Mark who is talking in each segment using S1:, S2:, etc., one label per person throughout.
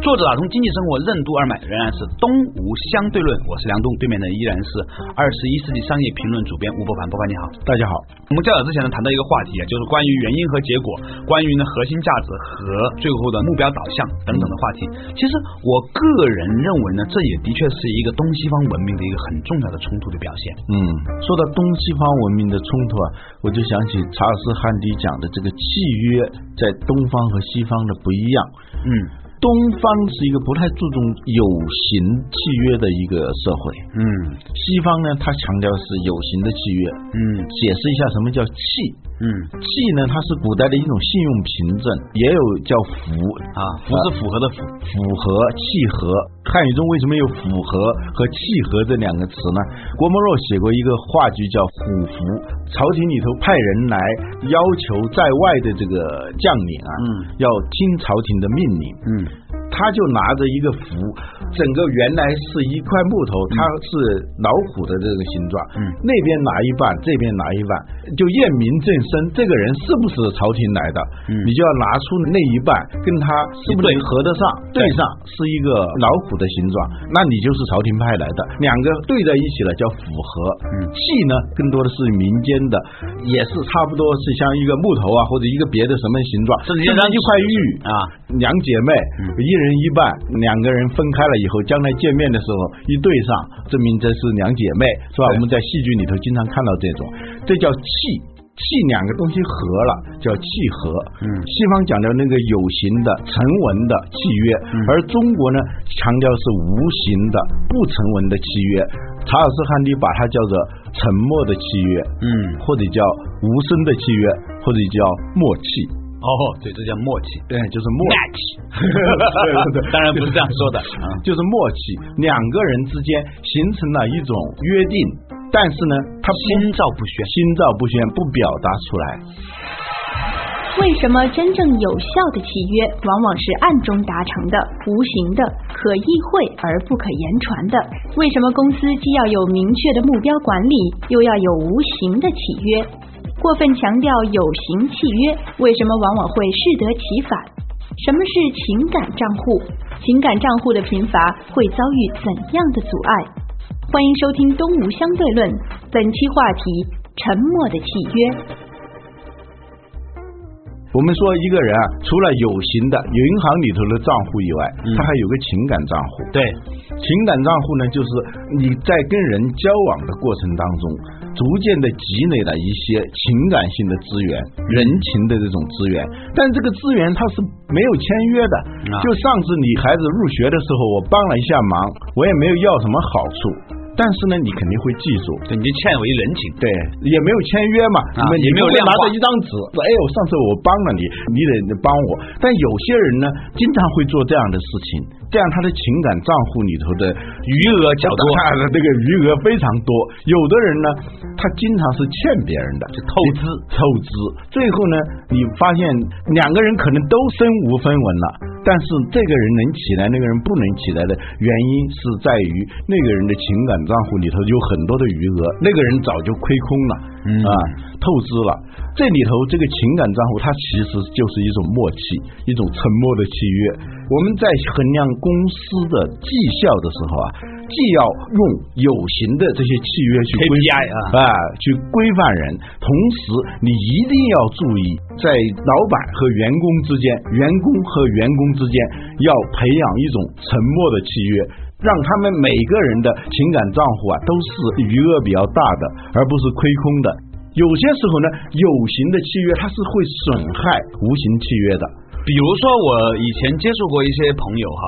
S1: 作者打通经济生活任督二脉，仍然是东吴相对论。我是梁东，对面的依然是二十一世纪商业评论主编吴伯凡。伯凡你好，大家好。我们较早之前呢谈到一个话题啊，就是关于原因和结果，关于呢核心价值和最后的目标导向等等的话题。其实我个人认为呢，这也的确是一个东西方文明的一个很重要的冲突的表现。
S2: 嗯，说到东西方文明的冲突啊，我就想起查尔斯汉迪讲的这个契约在东方和西方的不一样。
S1: 嗯
S2: 东方是一个不太注重有形契约的一个社会，
S1: 嗯
S2: 西方呢，它强调是有形的契约。
S1: 嗯
S2: 解释一下什么叫契？
S1: 嗯
S2: 契呢，它是古代的一种信用凭证，也有叫符
S1: 啊，
S2: 符是符合的符，符合契合。汉语中为什么有符合和契合这两个词呢？郭沫若写过一个话剧叫《虎符》，朝廷里头派人来要求在外的这个将领啊，
S1: 嗯
S2: 要听朝廷的命令。
S1: 嗯
S2: 他就拿着一个符，整个原来是一块木头，它是老虎的这个形状，
S1: 嗯
S2: 那边拿一半，这边拿一半，就验明正身，这个人是不是朝廷来的，
S1: 嗯
S2: 你就要拿出那一半跟他是不
S1: 对
S2: 是合得上，对上是一个老虎的形状，那你就是朝廷派来的，两个对在一起了叫符合，
S1: 嗯
S2: 气呢更多的是民间的，也是差不多是像一个木头啊或者一个别的什么形状，
S1: 甚至
S2: 甚
S1: 一张
S2: 一块玉
S1: 啊，
S2: 两姐妹，
S1: 嗯
S2: 一人一半，两个人分开了以后，将来见面的时候一对上，证明这是两姐妹，是吧？
S1: 对
S2: 我们在戏剧里头经常看到这种，这叫契。契两个东西合了，叫契合。
S1: 嗯
S2: 西方讲的那个有形的、成文的契约，
S1: 嗯
S2: 而中国呢强调是无形的、不成文的契约。查尔斯·汉迪把它叫做沉默的契约，
S1: 嗯。
S2: 或者叫无声的契约，或者叫默契。
S1: 哦，对，这叫默契。
S2: 对，就是默契。
S1: 对对对 当然不是这样说的啊。
S2: 就是默契，两个人之间形成了一种约定，但是呢，他不
S1: 心照不宣。
S2: 心照不宣，不表达出来。
S3: 为什么真正有效的契约往往是暗中达成的、无形的、可意会而不可言传的？为什么公司既要有明确的目标管理，又要有无形的契约？过分强调有形契约，为什么往往会适得其反？什么是情感账户？情感账户的贫乏会遭遇怎样的阻碍？欢迎收听《东吴相对论》，本期话题：沉默的契约。
S2: 我们说一个人啊，除了有形的有银行里头的账户以外，
S1: 嗯
S2: 他还有个情感账户。
S1: 对，
S2: 情感账户呢，就是你在跟人交往的过程当中，逐渐的积累了一些情感性的资源、人情的这种资源，但这个资源它是没有签约的。
S1: 啊
S2: 就上次你孩子入学的时候，我帮了一下忙，我也没有要什么好处，但是呢，你肯定会记住。
S1: 对，你就欠我一人情。
S2: 对，也没有签约嘛，
S1: 啊
S2: 你们
S1: 也没有
S2: 你不会
S1: 量
S2: 拿
S1: 化
S2: 着一张纸，说哎呦，上次我帮了你，你得帮我。但有些人呢，经常会做这样的事情，这样他的情感账户里头的余额较
S1: 多
S2: 他的这个余额非常多。有的人呢，他经常是欠别人的，
S1: 就透支
S2: 透支。最后呢，你发现两个人可能都身无分文了。但是这个人能起来，那个人不能起来的原因是在于那个人的情感账户里头有很多的余额，那个人早就亏空了，
S1: 嗯
S2: 啊，透支了。这里头这个情感账户，它其实就是一种默契，一种沉默的契约。我们在衡量公司的绩效的时候啊，既要用有形的这些契约去规
S1: KPI 啊
S2: 啊，去规范人。同时，你一定要注意，在老板和员工之间，员工和员工之间要培养一种沉默的契约。让他们每个人的情感账户啊都是余额比较大的，而不是亏空的。有些时候呢，有形的契约它是会损害无形契约的。
S1: 比如说我以前接触过一些朋友哈，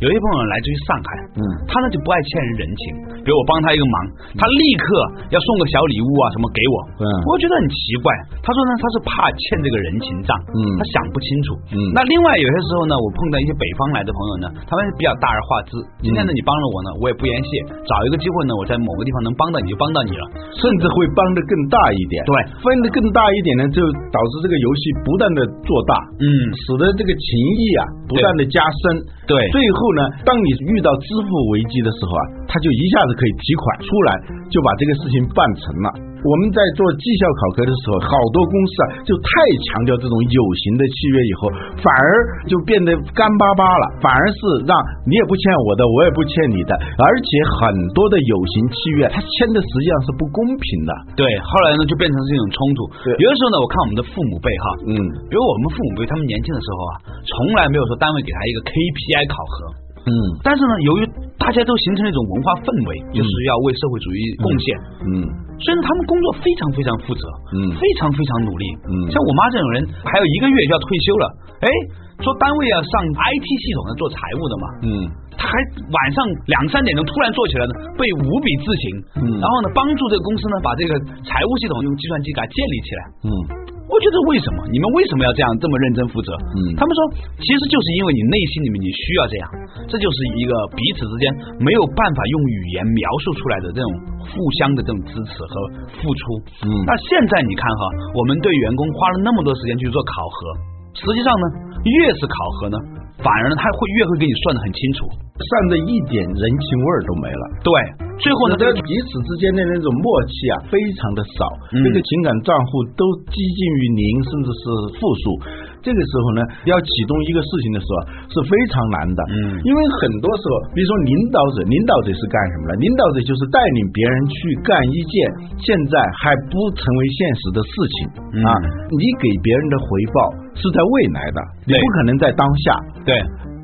S1: 有一些朋友来自于上海，
S2: 嗯
S1: 他呢就不爱欠人人情，比如我帮他一个忙，他立刻要送个小礼物啊什么给我，
S2: 嗯
S1: 我觉得很奇怪。他说呢，他是怕欠这个人情账，
S2: 嗯
S1: 他想不清楚，
S2: 嗯
S1: 那另外有些时候呢，我碰到一些北方来的朋友呢，他们比较大而化之，今天呢你帮了我呢，我也不言谢，找一个机会呢，我在某个地方能帮到你就帮到你了，
S2: 甚至会帮的更大一点。
S1: 对，
S2: 分的更大一点呢，就导致这个游戏不断的做大，
S1: 嗯
S2: 使得这个情谊啊不断的加深。
S1: 对
S2: 最后呢，当你遇到支付危机的时候啊，他就一下子可以提款出来，就把这个事情办成了。我们在做绩效考核的时候，好多公司啊就太强调这种有形的契约，以后反而就变得干巴巴了，反而是让你也不欠我的，我也不欠你的，而且很多的有形契约，它签的实际上是不公平的。
S1: 对，后来呢就变成是一种冲突
S2: 对。
S1: 有的时候呢，我看我们的父母辈哈，
S2: 嗯
S1: 比如我们父母辈他们年轻的时候啊，从来没有说单位给他一个 KPI 考核，
S2: 嗯
S1: 但是呢，由于大家都形成了一种文化氛围，就是要为社会主义贡献，
S2: 嗯
S1: 所以呢，他们工作非常非常负责，
S2: 嗯
S1: 非常非常努力，
S2: 嗯
S1: 像我妈这种人，还有一个月就要退休了，哎，说单位要上 IT 系统的做财务的嘛，
S2: 嗯
S1: 他还晚上两三点钟突然坐起来呢，被无比自省，
S2: 嗯
S1: 然后呢，帮助这个公司呢把这个财务系统用计算机给它建立起来。
S2: 嗯
S1: 我觉得为什么你们为什么要这样这么认真负责？
S2: 嗯
S1: 他们说其实就是因为你内心里面你需要这样，这就是一个彼此之间没有办法用语言描述出来的这种互相的这种支持和付出。
S2: 嗯
S1: 那现在你看哈，我们对员工花了那么多时间去做考核，实际上呢，越是考核呢，反而呢他会越会给你算的很清楚。
S2: 散的一点人情味儿都没了。
S1: 对，最后呢，
S2: 这
S1: 这个
S2: 个彼此之间的那种默契啊，非常的少，
S1: 嗯
S2: 这个情感账户都接近于零，甚至是负数。这个时候呢，要启动一个事情的时候啊是非常难的，
S1: 嗯
S2: 因为很多时候，比如说领导者，领导者是干什么呢？领导者就是带领别人去干一件现在还不成为现实的事情、
S1: 嗯
S2: 啊，你给别人的回报是在未来的，你
S1: 对
S2: 不可能在当下，
S1: 对，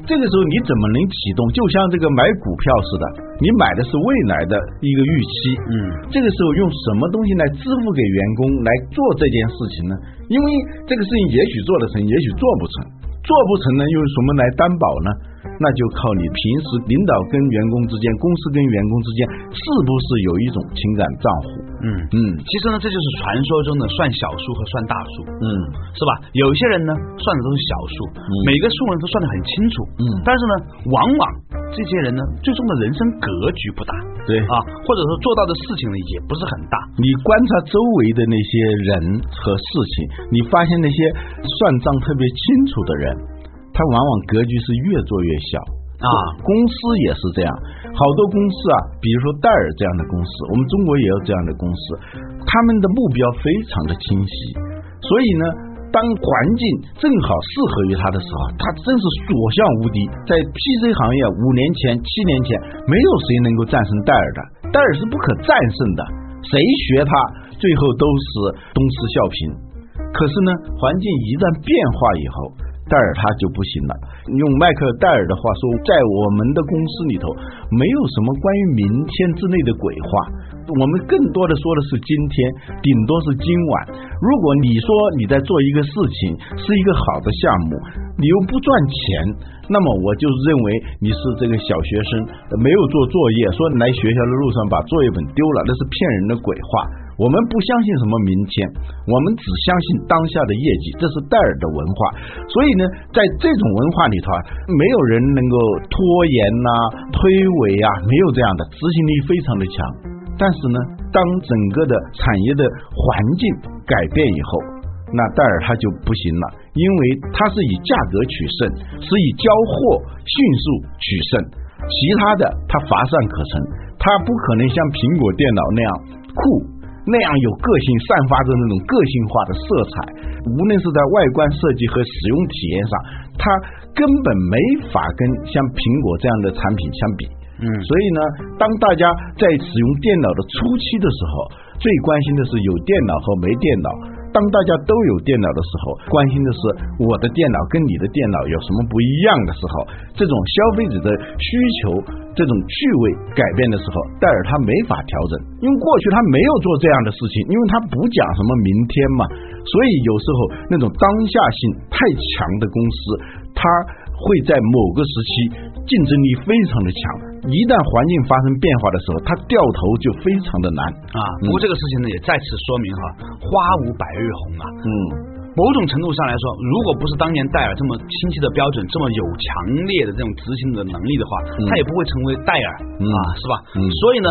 S2: 这个时候你怎么能启动？就像这个买股票似的，你买的是未来的一个预期。
S1: 嗯
S2: 这个时候用什么东西来支付给员工来做这件事情呢？因为这个事情也许做得成，也许做不成。做不成呢，用什么来担保呢？那就靠你平时领导跟员工之间、公司跟员工之间是不是有一种情感账户？
S1: 嗯。
S2: 嗯
S1: 其实呢，这就是传说中的算小数和算大数，
S2: 嗯
S1: 是吧？有些人呢算的都是小数，每个数呢都算得很清楚，
S2: 嗯
S1: 但是呢，往往这些人呢，最终的人生格局不大，
S2: 对
S1: 啊，或者说做到的事情呢也不是很大，
S2: 你观察周围的那些人和事情，你发现那些算账特别清楚的人，他往往格局是越做越小
S1: 啊
S2: 公司也是这样，好多公司啊，比如说戴尔这样的公司，我们中国也有这样的公司，他们的目标非常的清晰，所以呢。当环境正好适合于他的时候，他真是所向无敌。在 PC 行业五年前、七年前，没有谁能够战胜戴尔的，戴尔是不可战胜的。谁学他，最后都是东施效颦。可是呢，环境一旦变化以后，戴尔他就不行了。用迈克尔戴尔的话说，在我们的公司里头，没有什么关于明天之类的鬼话，我们更多的说的是今天，顶多是今晚。如果你说你在做一个事情是一个好的项目，你又不赚钱，那么我就认为你是这个小学生呃没有做作业，说你来学校的路上把作业本丢了，那是骗人的鬼话。我们不相信什么明天，我们只相信当下的业绩，这是戴尔的文化。所以呢，在这种文化里头啊，没有人能够拖延呐、推诿啊，没有这样的，执行力非常的强。但是呢，当整个的产业的环境改变以后，那戴尔它就不行了，因为它是以价格取胜，是以交货迅速取胜，其他的它乏善可陈，它不可能像苹果电脑那样酷。那样有个性，散发着那种个性化的色彩，无论是在外观设计和使用体验上，它根本没法跟像苹果这样的产品相比。
S1: 嗯
S2: 所以呢，当大家在使用电脑的初期的时候，最关心的是有电脑和没电脑。当大家都有电脑的时候，关心的是我的电脑跟你的电脑有什么不一样的时候，这种消费者的需求、这种趣味改变的时候，戴尔他没法调整，因为过去他没有做这样的事情，因为他不讲什么明天嘛，所以有时候那种当下性太强的公司，它会在某个时期竞争力非常的强。一旦环境发生变化的时候，它掉头就非常的难。
S1: 啊。不过这个事情呢，也再次说明哈，花无百日红啊。
S2: 嗯，
S1: 某种程度上来说，如果不是当年戴尔这么清晰的标准，这么有强烈的这种执行的能力的话，
S2: 嗯
S1: 他也不会成为戴尔、
S2: 嗯
S1: 啊，是吧？
S2: 嗯
S1: 所以呢，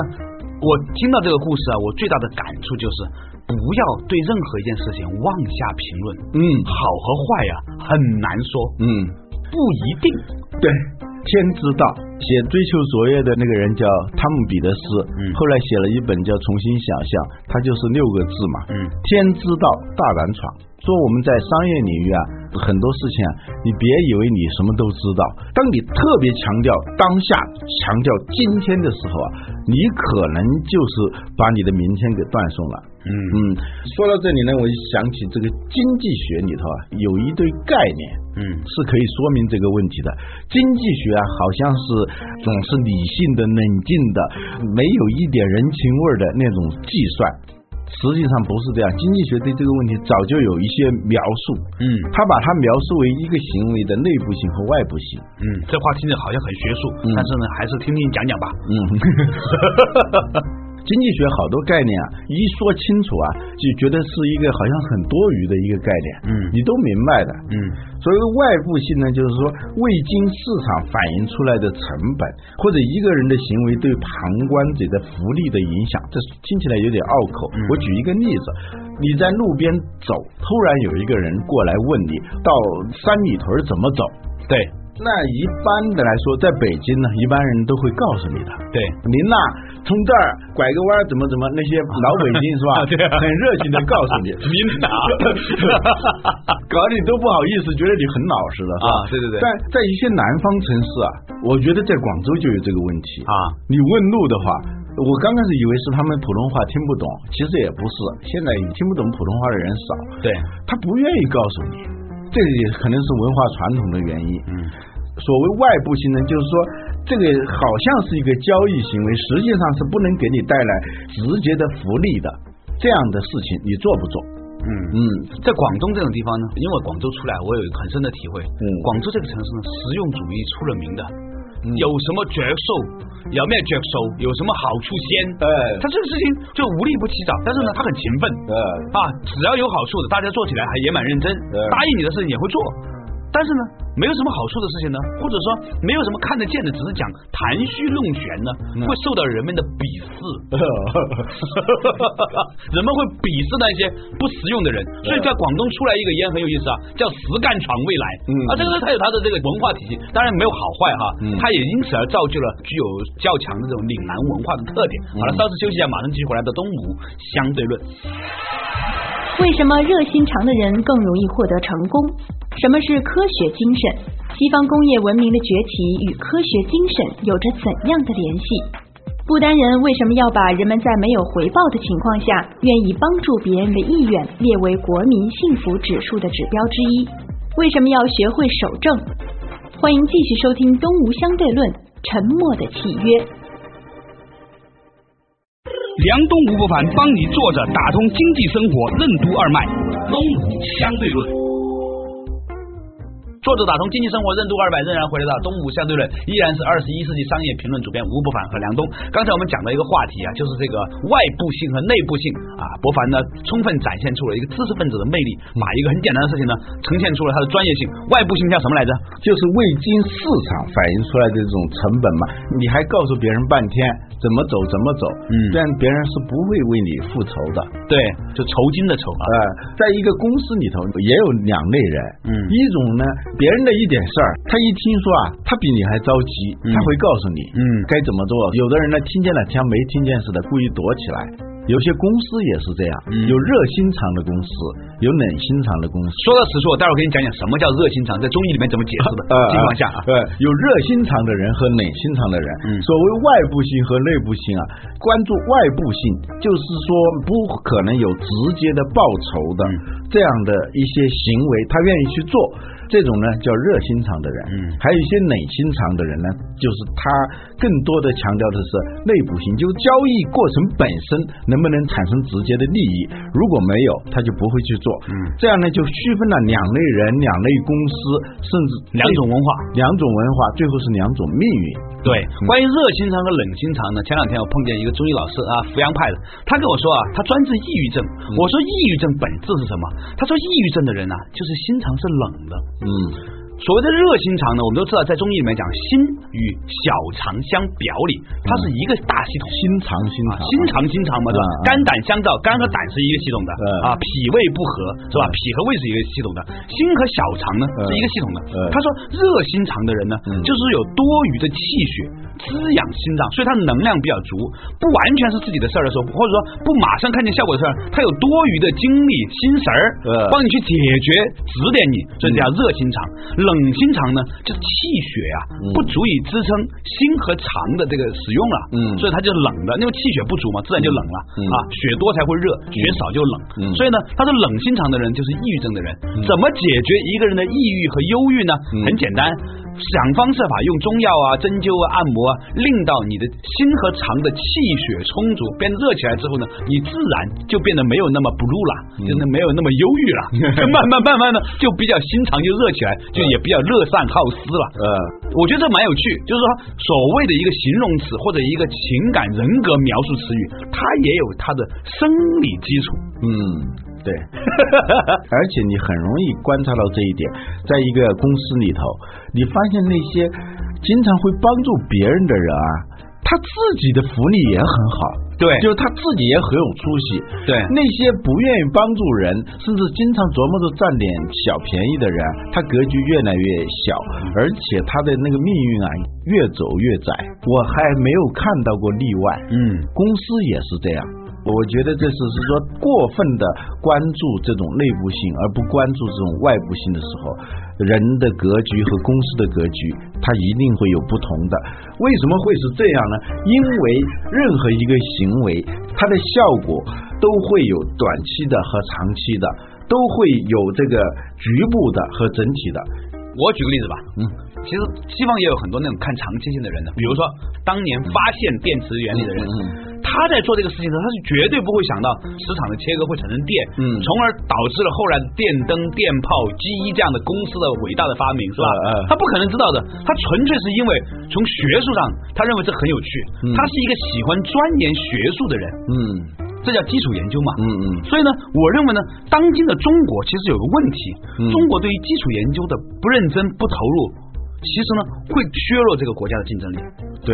S1: 我听到这个故事啊，我最大的感触就是，不要对任何一件事情妄下评论，
S2: 嗯
S1: 好和坏啊很难说，
S2: 嗯，
S1: 不一定。
S2: 对，天之道。写《追求卓越》的那个人叫汤姆·彼得斯，
S1: 嗯
S2: 后来写了一本叫《重新想象》，他就是六个字嘛，
S1: 嗯
S2: 天之道，大胆闯。说我们在商业领域啊，很多事情啊，你别以为你什么都知道。当你特别强调当下、强调今天的时候啊，你可能就是把你的明天给断送了。
S1: 嗯
S2: 嗯，说到这里呢，我就想起这个经济学里头啊，有一对概念
S1: 嗯
S2: 是可以说明这个问题的。经济学啊，好像是总是理性的、冷静的，没有一点人情味儿的那种计算。实际上不是这样，经济学对这个问题早就有一些描述，
S1: 嗯
S2: 他把它描述为一个行为的内部性和外部性。
S1: 嗯，这话听着好像很学术，
S2: 嗯
S1: 但是呢，还是听听讲讲吧。
S2: 嗯， 经济学好多概念啊，一说清楚啊，就觉得是一个好像很多余的一个概念，
S1: 嗯
S2: 你都明白的。
S1: 嗯
S2: 所谓外部性呢，就是说未经市场反映出来的成本，或者一个人的行为对旁观者的福利的影响，这听起来有点拗口。
S1: 嗯
S2: 我举一个例子，你在路边走，突然有一个人过来问你到三里屯怎么走，
S1: 对
S2: 那一般的来说，在北京呢，一般人都会告诉你的。
S1: 对，？
S2: 您呐，从这儿拐个弯儿怎么怎么，那些老北京是吧
S1: 对 啊
S2: 很热情的告诉你，
S1: 您哪？
S2: 搞得你都不好意思，觉得你很老实了是吧
S1: 啊？对对对
S2: 但在一些南方城市啊，我觉得在广州就有这个问 题
S1: 啊，
S2: 你问路的话，我刚开始以为是他们普通话听不懂，其实也不是，现在听不懂普通话的人少，
S1: 对，
S2: 他不愿意告诉你，这也可能是文化传统的原因。
S1: 嗯
S2: 所谓外部性呢，就是说这个好像是一个交易行为，实际上是不能给你带来直接的福利的。这样的事情你做不做？
S1: 嗯。
S2: 嗯
S1: 在广东这种地方呢，因为广州出来，我有很深的体会。
S2: 嗯
S1: 广州这个城市呢，实用主义出了名的，
S2: 嗯
S1: 有什么着数，有咩着数，有什么好处先。
S2: 哎
S1: 他这个事情就无利不起早，但是呢，他很勤奋
S2: 呃
S1: 啊，只要有好处的，大家做起来还也蛮认真，
S2: 哎
S1: 答应你的事情也会做。
S2: 嗯
S1: 但是呢，没有什么好处的事情呢，或者说没有什么看得见的，只是讲谈虚论玄呢，
S2: 嗯
S1: 会受到人们的鄙 视。人们会鄙视那些不实用的人，所以在广东出来一个烟很有意思啊，叫“实干闯未来”。
S2: 嗯
S1: 啊，这个它有它的这个文化体系，当然没有好坏哈
S2: 嗯，
S1: 它也因此而造就了具有较强的这种岭南文化的特点。
S2: 嗯
S1: 好了，稍事休息一下，马上继续回来的东吴相对论。
S3: 为什么热心肠的人更容易获得成功？什么是科学精神？西方工业文明的崛起与科学精神有着怎样的联系？不丹人为什么要把人们在没有回报的情况下愿意帮助别人的意愿列为国民幸福指数的指标之一？为什么要学会守正？欢迎继续收听《东吴相对论：沉默的契约》。
S4: 梁东吴不凡帮你坐着打通经济生活任督二脉，东吴相对论。
S1: 作者打通经济生活任督二百，仍然回来到东吴相对论，依然是二十一世纪商业评论主编吴伯凡和梁东。刚才我们讲到一个话题啊，就是这个外部性和内部性啊。伯凡呢，充分展现出了一个知识分子的魅力，把一个很简单的事情呢，呈现出了他的专业性。外部性叫什么来着？
S2: 就是未经市场反映出来的这种成本嘛，你还告诉别人半天怎么走怎么走，
S1: 嗯
S2: 但别人是不会为你复仇的。
S1: 对，就酬金的酬啊。
S2: 呃，在一个公司里头也有两类人，
S1: 嗯
S2: 一种呢，别人的一点事儿，他一听说啊，他比你还着急，
S1: 嗯
S2: 他会告诉你，
S1: 嗯
S2: 该怎么做。有的人呢，听见了像没听见似的，故意躲起来。有些公司也是这样，
S1: 嗯
S2: 有热心肠的公司，有冷心肠的公司。
S1: 说到此处，我待会儿给你讲讲什么叫热心肠，在中医里面怎么解释的。
S2: 呃，
S1: 请往下啊。
S2: 呃，有热心肠的人和冷心肠的人。
S1: 嗯
S2: 所谓外部性和内部性啊，关注外部性就是说不可能有直接的报酬的、
S1: 嗯
S2: 这样的一些行为，他愿意去做。这种呢叫热心肠的人，
S1: 嗯
S2: 还有一些冷心肠的人呢，就是他更多的强调的是内部性，就是交易过程本身能不能产生直接的利益，如果没有，他就不会去做。
S1: 嗯
S2: 这样呢就区分了两类人、两类公司，甚至
S1: 两种文化，
S2: 两种文化，最后是两种命运。嗯
S1: 对，关于热心肠和冷心肠呢，前两天我碰见一个中医老师啊，扶阳派的，他跟我说啊，他专治抑郁症。
S2: 嗯
S1: 我说抑郁症本质是什么？他说抑郁症的人啊，就是心肠是冷的。
S2: 嗯，
S1: 所谓的热心肠呢，我们都知道，在中医里面讲，心与小肠相表里，它是一个大系统。
S2: 嗯心肠心
S1: 啊
S2: 肠，
S1: 心肠心肠嘛，对吧
S2: 啊？
S1: 肝胆相照，肝和胆是一个系统的
S2: 嗯
S1: 啊，脾胃不和是吧？脾和胃是一个系统的，心和小肠呢
S2: 嗯
S1: 是一个系统的
S2: 嗯。
S1: 他说热心肠的人呢
S2: 嗯，
S1: 就是有多余的气血滋养心脏，所以他能量比较足，不完全是自己的事儿的时候，或者说不马上看见效果的事儿，他有多余的精力心神儿
S2: 嗯
S1: 帮你去解决指点你，所以叫热心肠。冷心肠呢，就是气血啊
S2: 嗯
S1: 不足以支撑心和肠的这个使用了，
S2: 嗯
S1: 所以。它就冷的，因为气血不足嘛，自然就冷了、
S2: 嗯
S1: 啊，血多才会热，血少就冷。
S2: 嗯
S1: 所以呢，他说冷心肠的人就是抑郁症的人。怎么解决一个人的抑郁和忧郁呢？
S2: 嗯
S1: 很简单，想方设法用中药啊、针灸啊、按摩啊，令到你的心和肠的气血充足，变热起来之后呢，你自然就变得没有那么 blue 了，
S2: 嗯
S1: 就是没有那么忧郁 了，就慢慢慢慢的就比较心肠就热起来，就也比较乐善好施了。
S2: 呃，
S1: 我觉得这蛮有趣，就是说所谓的一个形容词或者一个情感人格描述词语，它也有它的生理基础。
S2: 嗯， 对。而且你很容易观察到这一点，在一个公司里头，你发现那些经常会帮助别人的人啊，他自己的福利也很好，
S1: 对
S2: 就是他自己也很有出息。
S1: 对
S2: 那些不愿意帮助人，甚至经常琢磨着占点小便宜的人，他格局越来越小，而且他的那个命运啊，越走越窄。我还没有看到过例外。
S1: 嗯，
S2: 公司也是这样。我觉得这是是说过分的关注这种内部性，而不关注这种外部性的时候，人的格局和公司的格局，它一定会有不同的。为什么会是这样呢？因为任何一个行为，它的效果都会有短期的和长期的，都会有这个局部的和整体的。
S1: 我举个例子吧，
S2: 嗯，
S1: 其实西方也有很多那种看长期性的人的，比如说当年发现电池原理的人。
S2: 嗯嗯
S1: 他在做这个事情的时候，他是绝对不会想到磁场的切割会产生电，
S2: 嗯
S1: 从而导致了后来的电灯、电炮、机翼这样的公司的伟大的发明，是吧？
S2: 嗯嗯
S1: 他不可能知道的，他纯粹是因为从学术上，他认为这很有趣，
S2: 嗯
S1: 他是一个喜欢钻研学术的人，
S2: 嗯
S1: 这叫基础研究嘛。
S2: 嗯嗯
S1: 所以呢，我认为呢，当今的中国其实有个问题，
S2: 嗯
S1: 中国对于基础研究的不认真、不投入，其实呢会削弱这个国家的竞争力。
S2: 对，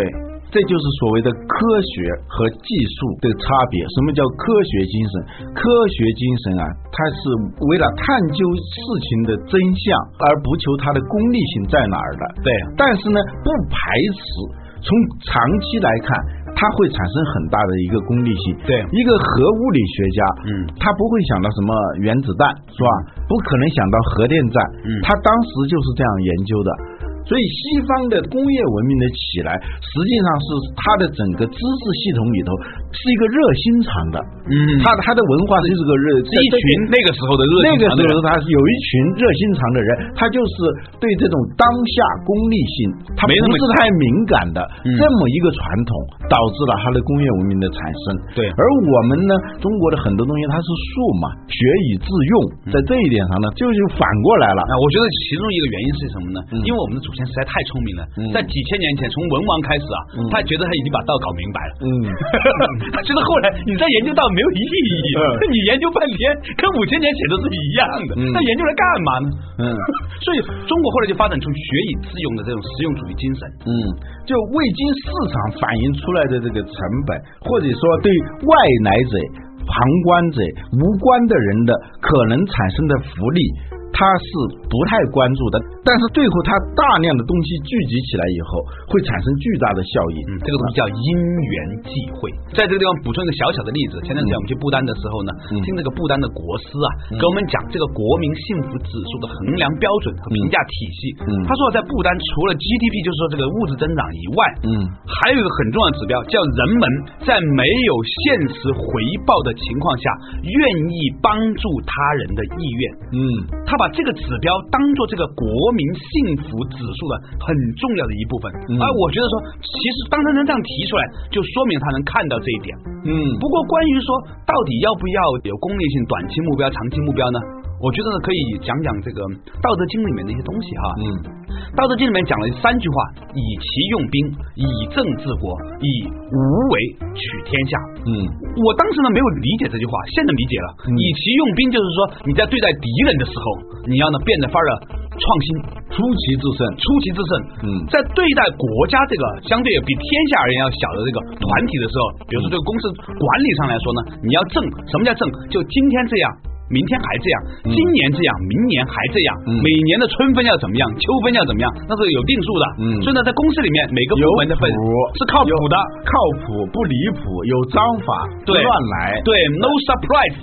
S2: 这就是所谓的科学和技术的差别。什么叫科学精神？科学精神啊，它是为了探究事情的真相，而不求它的功利性在哪儿的。
S1: 对
S2: 但是呢，不排斥从长期来看。它会产生很大的一个功利性，
S1: 对
S2: 一个核物理学家，
S1: 嗯
S2: 他不会想到什么原子弹是吧？不可能想到核电站，
S1: 嗯
S2: 他当时就是这样研究的。所以西方的工业文明的起来，实际上是它的整个知识系统里头是一个热心肠的，
S1: 嗯
S2: 它它的文化就是个热
S1: 是一群那个时候的热
S2: 那
S1: 情
S2: 个
S1: 长
S2: 时
S1: 的人
S2: 候，他有一群热心肠的人，他就是对这种当下功利性，他
S1: 没那么
S2: 不是太敏感的
S1: 嗯
S2: 这么一个传统，导致了它的工业文明的产生。
S1: 对
S2: 而我们呢，中国的很多东西它是术嘛，学以致用，
S1: 嗯
S2: 在这一点上呢，就是反过来了。
S1: 啊，我觉得其中一个原因是什么呢？因为我们的祖先实在太聪明了，
S2: 嗯
S1: 在几千年前从文王开始啊，他觉得他已经把道搞明白了。
S2: 嗯，
S1: 他觉得后来你再研究道没有意义，
S2: 嗯
S1: 你研究半天跟五千年写的是一样的，
S2: 嗯
S1: 那研究来干嘛呢？
S2: 嗯
S1: 所以中国后来就发展出学以致用的这种实用主义精神。
S2: 嗯，就未经市场反映出来的这个成本，或者说对外来者、旁观者、无关的人的可能产生的福利，它他是不太关注的，但是最后他大量的东西聚集起来以后，会产生巨大的效应。
S1: 嗯，这个东西叫因缘际会。在这个地方补充一个小小的例子，前段时间我们去不丹的时候呢，
S2: 嗯
S1: 听这个不丹的国师啊，给我们讲这个国民幸福指数的衡量标准和评价体系。
S2: 嗯
S1: 他说在不丹除了 GDP，就是说这个物质增长以外，
S2: 嗯
S1: 还有一个很重要的指标叫人们在没有现实回报的情况下，愿意帮助他人的意愿。
S2: 嗯
S1: 他把这个指标当做这个国民幸福指数的很重要的一部分，
S2: 嗯
S1: 而我觉得说，其实当他能这样提出来，就说明他能看到这一点。
S2: 嗯，
S1: 不过，关于说到底要不要有功利性、短期目标、长期目标呢？我觉得呢，可以讲讲这个《道德经》里面的一些东西哈。
S2: 嗯
S1: 《道德经》里面讲了三句话：以其用兵，以政治国，以无为取天下。
S2: 嗯
S1: 我当时呢没有理解这句话，现在理解了。
S2: 嗯
S1: 以其用兵，就是说你在对待敌人的时候，你要呢变得发了创新，出奇制胜，出奇制胜。
S2: 嗯
S1: 在对待国家这个相对比天下而言要小的这个团体的时候，比如说这个公司管理上来说呢，你要正，什么叫正？就今天这样。明天还这样，今年这样，明年还这样，
S2: 嗯
S1: 每年的春分要怎么样，秋分要怎么样，那是有定数的。
S2: 嗯
S1: 所以呢，在公司里面，每个部
S2: 有
S1: 门的份
S2: 谱
S1: 是靠谱的，
S2: 靠谱不离谱，有章法，不
S1: 对
S2: 乱来。
S1: 对，no surprise，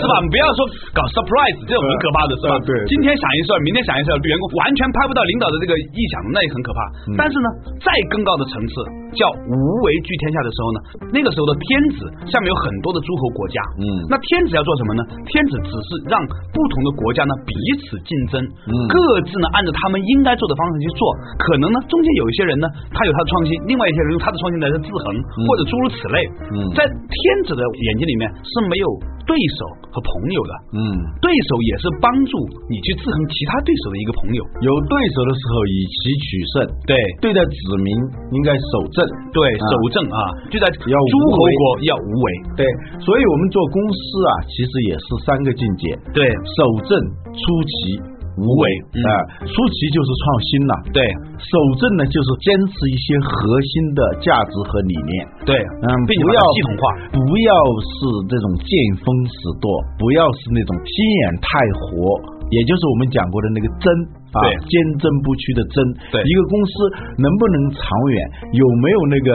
S1: 是吧？不要说搞 surprise，这种很可怕的是吧
S2: 呃？对
S1: 今天想一事儿，明天想一事儿，对员工完全拍不到领导的这个意想，那也很可怕。
S2: 嗯
S1: 但是呢，再更高的层次叫无为居天下的时候呢，那个时候的天子下面有很多的诸侯国家，
S2: 嗯
S1: 那天子要做什么呢？天子只是让不同的国家呢彼此竞争，
S2: 嗯
S1: 各自呢按照他们应该做的方式去做，可能呢中间有一些人呢他有他的创新，另外一些人用他的创新来制衡，或者诸如此类，
S2: 嗯
S1: 在天子的眼睛里面是没有对手和朋友的，
S2: 嗯，
S1: 对手也是帮助你去制衡其他对手的一个朋友。
S2: 有对手的时候以其取胜，
S1: 对
S2: 对待子民应该守正。
S1: 对，
S2: 啊
S1: 守正啊，就在
S2: 要
S1: 诸
S2: 无
S1: 侯
S2: 为
S1: 国要无为。
S2: 对，所以我们做公司啊，其实也是三个境界：
S1: 对
S2: 守正、出奇、无为
S1: 嗯
S2: 啊、出奇就是创新了、
S1: 对
S2: 守正呢，就是坚持一些核心的价值和理念。
S1: 对，
S2: 嗯，
S1: 并且
S2: 不
S1: 把它
S2: 要
S1: 系统化。
S2: 不要是这种见风使舵，不要是那种心眼太活，也就是我们讲过的那个争啊
S1: 对，
S2: 坚贞不屈的争。
S1: 对
S2: 一个公司能不能长远，有没有那个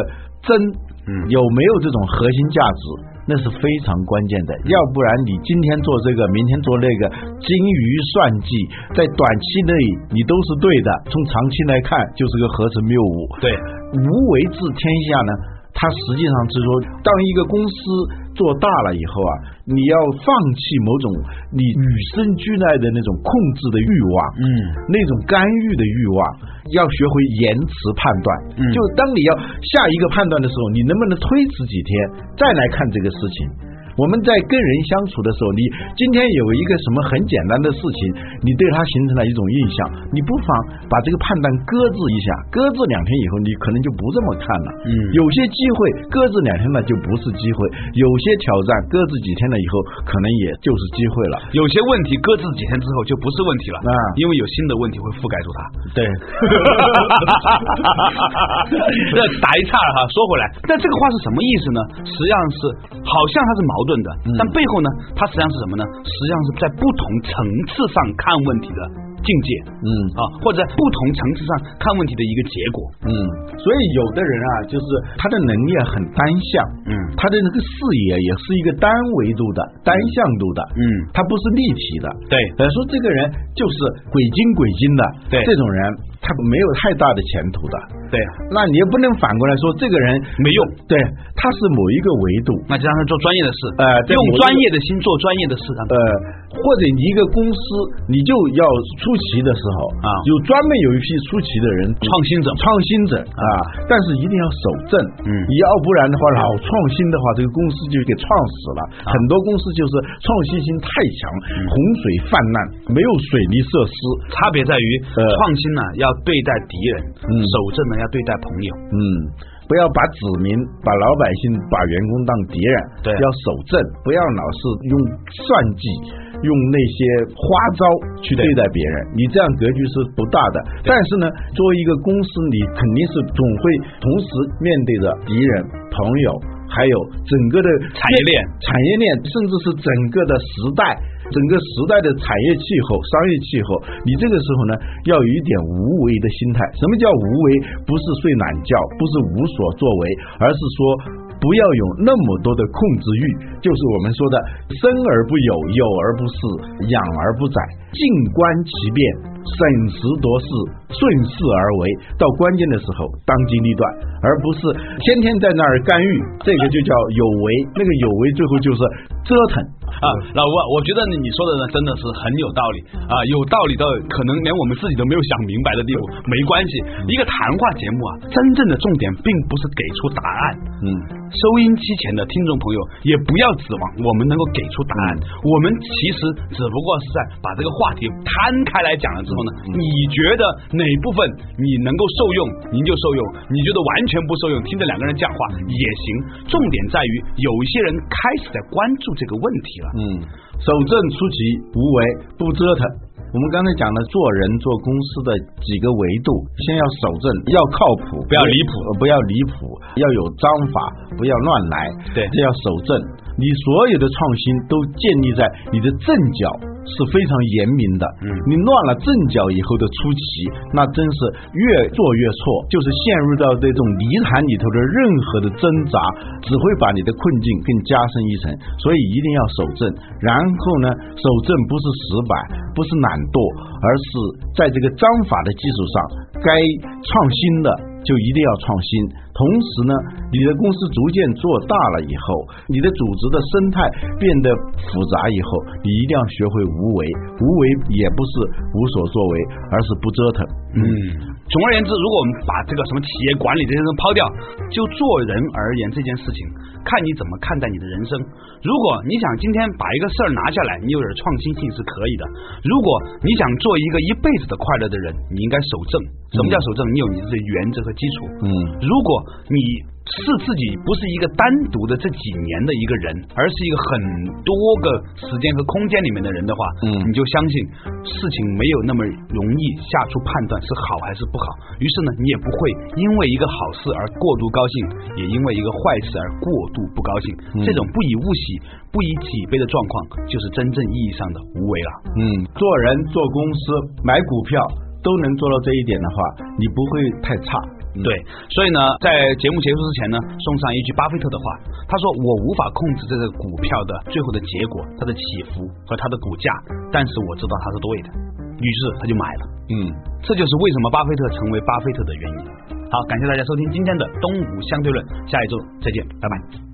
S2: 争，
S1: 嗯
S2: 有没有这种核心价值，那是非常关键的。要不然你今天做这个，明天做那个，精于算计，在短期内你都是对的，从长期来看就是个合成谬误。
S1: 对，
S2: 无为治天下呢，它实际上是说，当一个公司做大了以后啊，你要放弃某种你与生俱来的那种控制的欲望，
S1: 嗯
S2: 那种干预的欲望，要学会延迟判断。
S1: 嗯
S2: 就当你要下一个判断的时候，你能不能推迟几天再来看这个事情？我们在跟人相处的时候，你今天有一个什么很简单的事情，你对它形成了一种印象，你不妨把这个判断搁置一下，搁置两天以后，你可能就不这么看了。
S1: 嗯
S2: 有些机会搁置两天呢就不是机会，有些挑战搁置几天了以后，可能也就是机会了。
S1: 有些问题搁置几天之后就不是问题了，
S2: 啊
S1: 因为有新的问题会覆盖住它。
S2: 对，
S1: 这打一岔哈，说回来，那这个话是什么意思呢？实际上是好像它是矛盾的，
S2: 嗯
S1: 但背后呢，它实际上是什么呢？实际上是在不同层次上看问题的境界
S2: 嗯
S1: 啊，或者在不同层次上看问题的一个结果。
S2: 嗯，所以有的人啊，就是他的能力啊很单向，
S1: 嗯
S2: 他的那个视野也是一个单维度的、单向度的，
S1: 嗯
S2: 他不是立体的。
S1: 对
S2: 呃，说这个人就是鬼精鬼精的，
S1: 对
S2: 这种人他没有太大的前途的。
S1: 对，
S2: 那你也不能反过来说这个人
S1: 没用，
S2: 对，他是某一个维度，
S1: 那就让他做专业的事，
S2: 呃在
S1: 用
S2: 某一个
S1: 专业的心做专业的事，啊让他
S2: 呃，或者你一个公司，你就要出奇的时候
S1: 啊
S2: 有专门有一批出奇的人，
S1: 创新者
S2: 创新者啊，但是一定要守正，
S1: 嗯
S2: 你要不然的话，老创新的话，这个公司就给创死了。
S1: 啊
S2: 很多公司就是创新性太强，洪水泛滥，没有水泥设施，
S1: 嗯差别在于
S2: 呃
S1: 创新呢要对待敌人，
S2: 嗯
S1: 守正呢要对待朋友。
S2: 嗯，不要把子民、把老百姓、把员工当敌人，
S1: 对
S2: 要守正，不要老是用算计。用那些花招去对待别人，你这样格局是不大的。但是呢，作为一个公司，你肯定是总会同时面对着敌人、朋友和还有整个的
S1: 产业链
S2: 产业链，甚至是整个的时代，整个时代的产业气候、商业气候，你这个时候呢，要有一点无为的心态。什么叫无为？不是睡懒觉，不是无所作为，而是说。不要有那么多的控制欲，就是我们说的“生而不有，有而不恃，养而不宰”，静观其变，审时度势，顺势而为。到关键的时候，当机立断，而不是天天在那儿干预，这个就叫有为。那个有为，最后就是折腾。
S1: 啊，老吴啊，我觉得你说的呢真的是很有道理啊，有道理到可能连我们自己都没有想明白的地步。没关系，一个谈话节目啊，真正的重点并不是给出答案。嗯，收音机前的听众朋友也不要指望我们能够给出答案，我们其实只不过是在把这个话题摊开来讲了之后呢，你觉得哪部分你能够受用，您就受用；你觉得完全不受用，听着两个人讲话也行。重点在于有一些人开始在关注这个问题了。
S2: 嗯，守正出奇，无为不折腾。我们刚才讲了做人做公司的几个维度，先要守正，要靠谱，
S1: 不要离谱
S2: 呃不要离谱，要有章法，不要乱来，
S1: 对
S2: 这要守正。你所有的创新都建立在你的阵脚是非常严明的，嗯，你乱了阵脚以后的出奇，那真是越做越错，就是陷入到这种泥潭里头的任何的挣扎，只会把你的困境更加深一层。所以一定要守正，然后呢，守正不是死板，不是懒惰，而是在这个章法的基础上，该创新的就一定要创新。同时呢，你的公司逐渐做大了以后，你的组织的生态变得复杂以后，你一定要学会无为。无为也不是无所作为，而是不折腾。
S1: 嗯，总而言之，如果我们把这个什么企业管理这些东西抛掉，就做人而言这件事情，看你怎么看待你的人生。如果你想今天把一个事儿拿下来，你有点创新性是可以的；如果你想做一个一辈子的快乐的人，你应该守正。什么叫守正？你有你自己的原则和基础。
S2: 嗯
S1: 如果你是自己不是一个单独的这几年的一个人，而是一个很多个时间和空间里面的人的话，
S2: 嗯
S1: 你就相信事情没有那么容易下出判断是好还是不好。于是呢，你也不会因为一个好事而过度高兴，也因为一个坏事而过度不高兴。
S2: 嗯
S1: 这种不以物喜，不以己悲的状况，就是真正意义上的无为了。
S2: 嗯，做人做公司买股票都能做到这一点的话，你不会太差。嗯
S1: 对，所以呢，在节目结束之前呢，送上一句巴菲特的话，他说：“我无法控制这个股票的最后的结果，它的起伏和它的股价，但是我知道它是对的。”于是他就买了，
S2: 嗯，
S1: 这就是为什么巴菲特成为巴菲特的原因。好，感谢大家收听今天的东吴相对论，下一周再见，拜拜。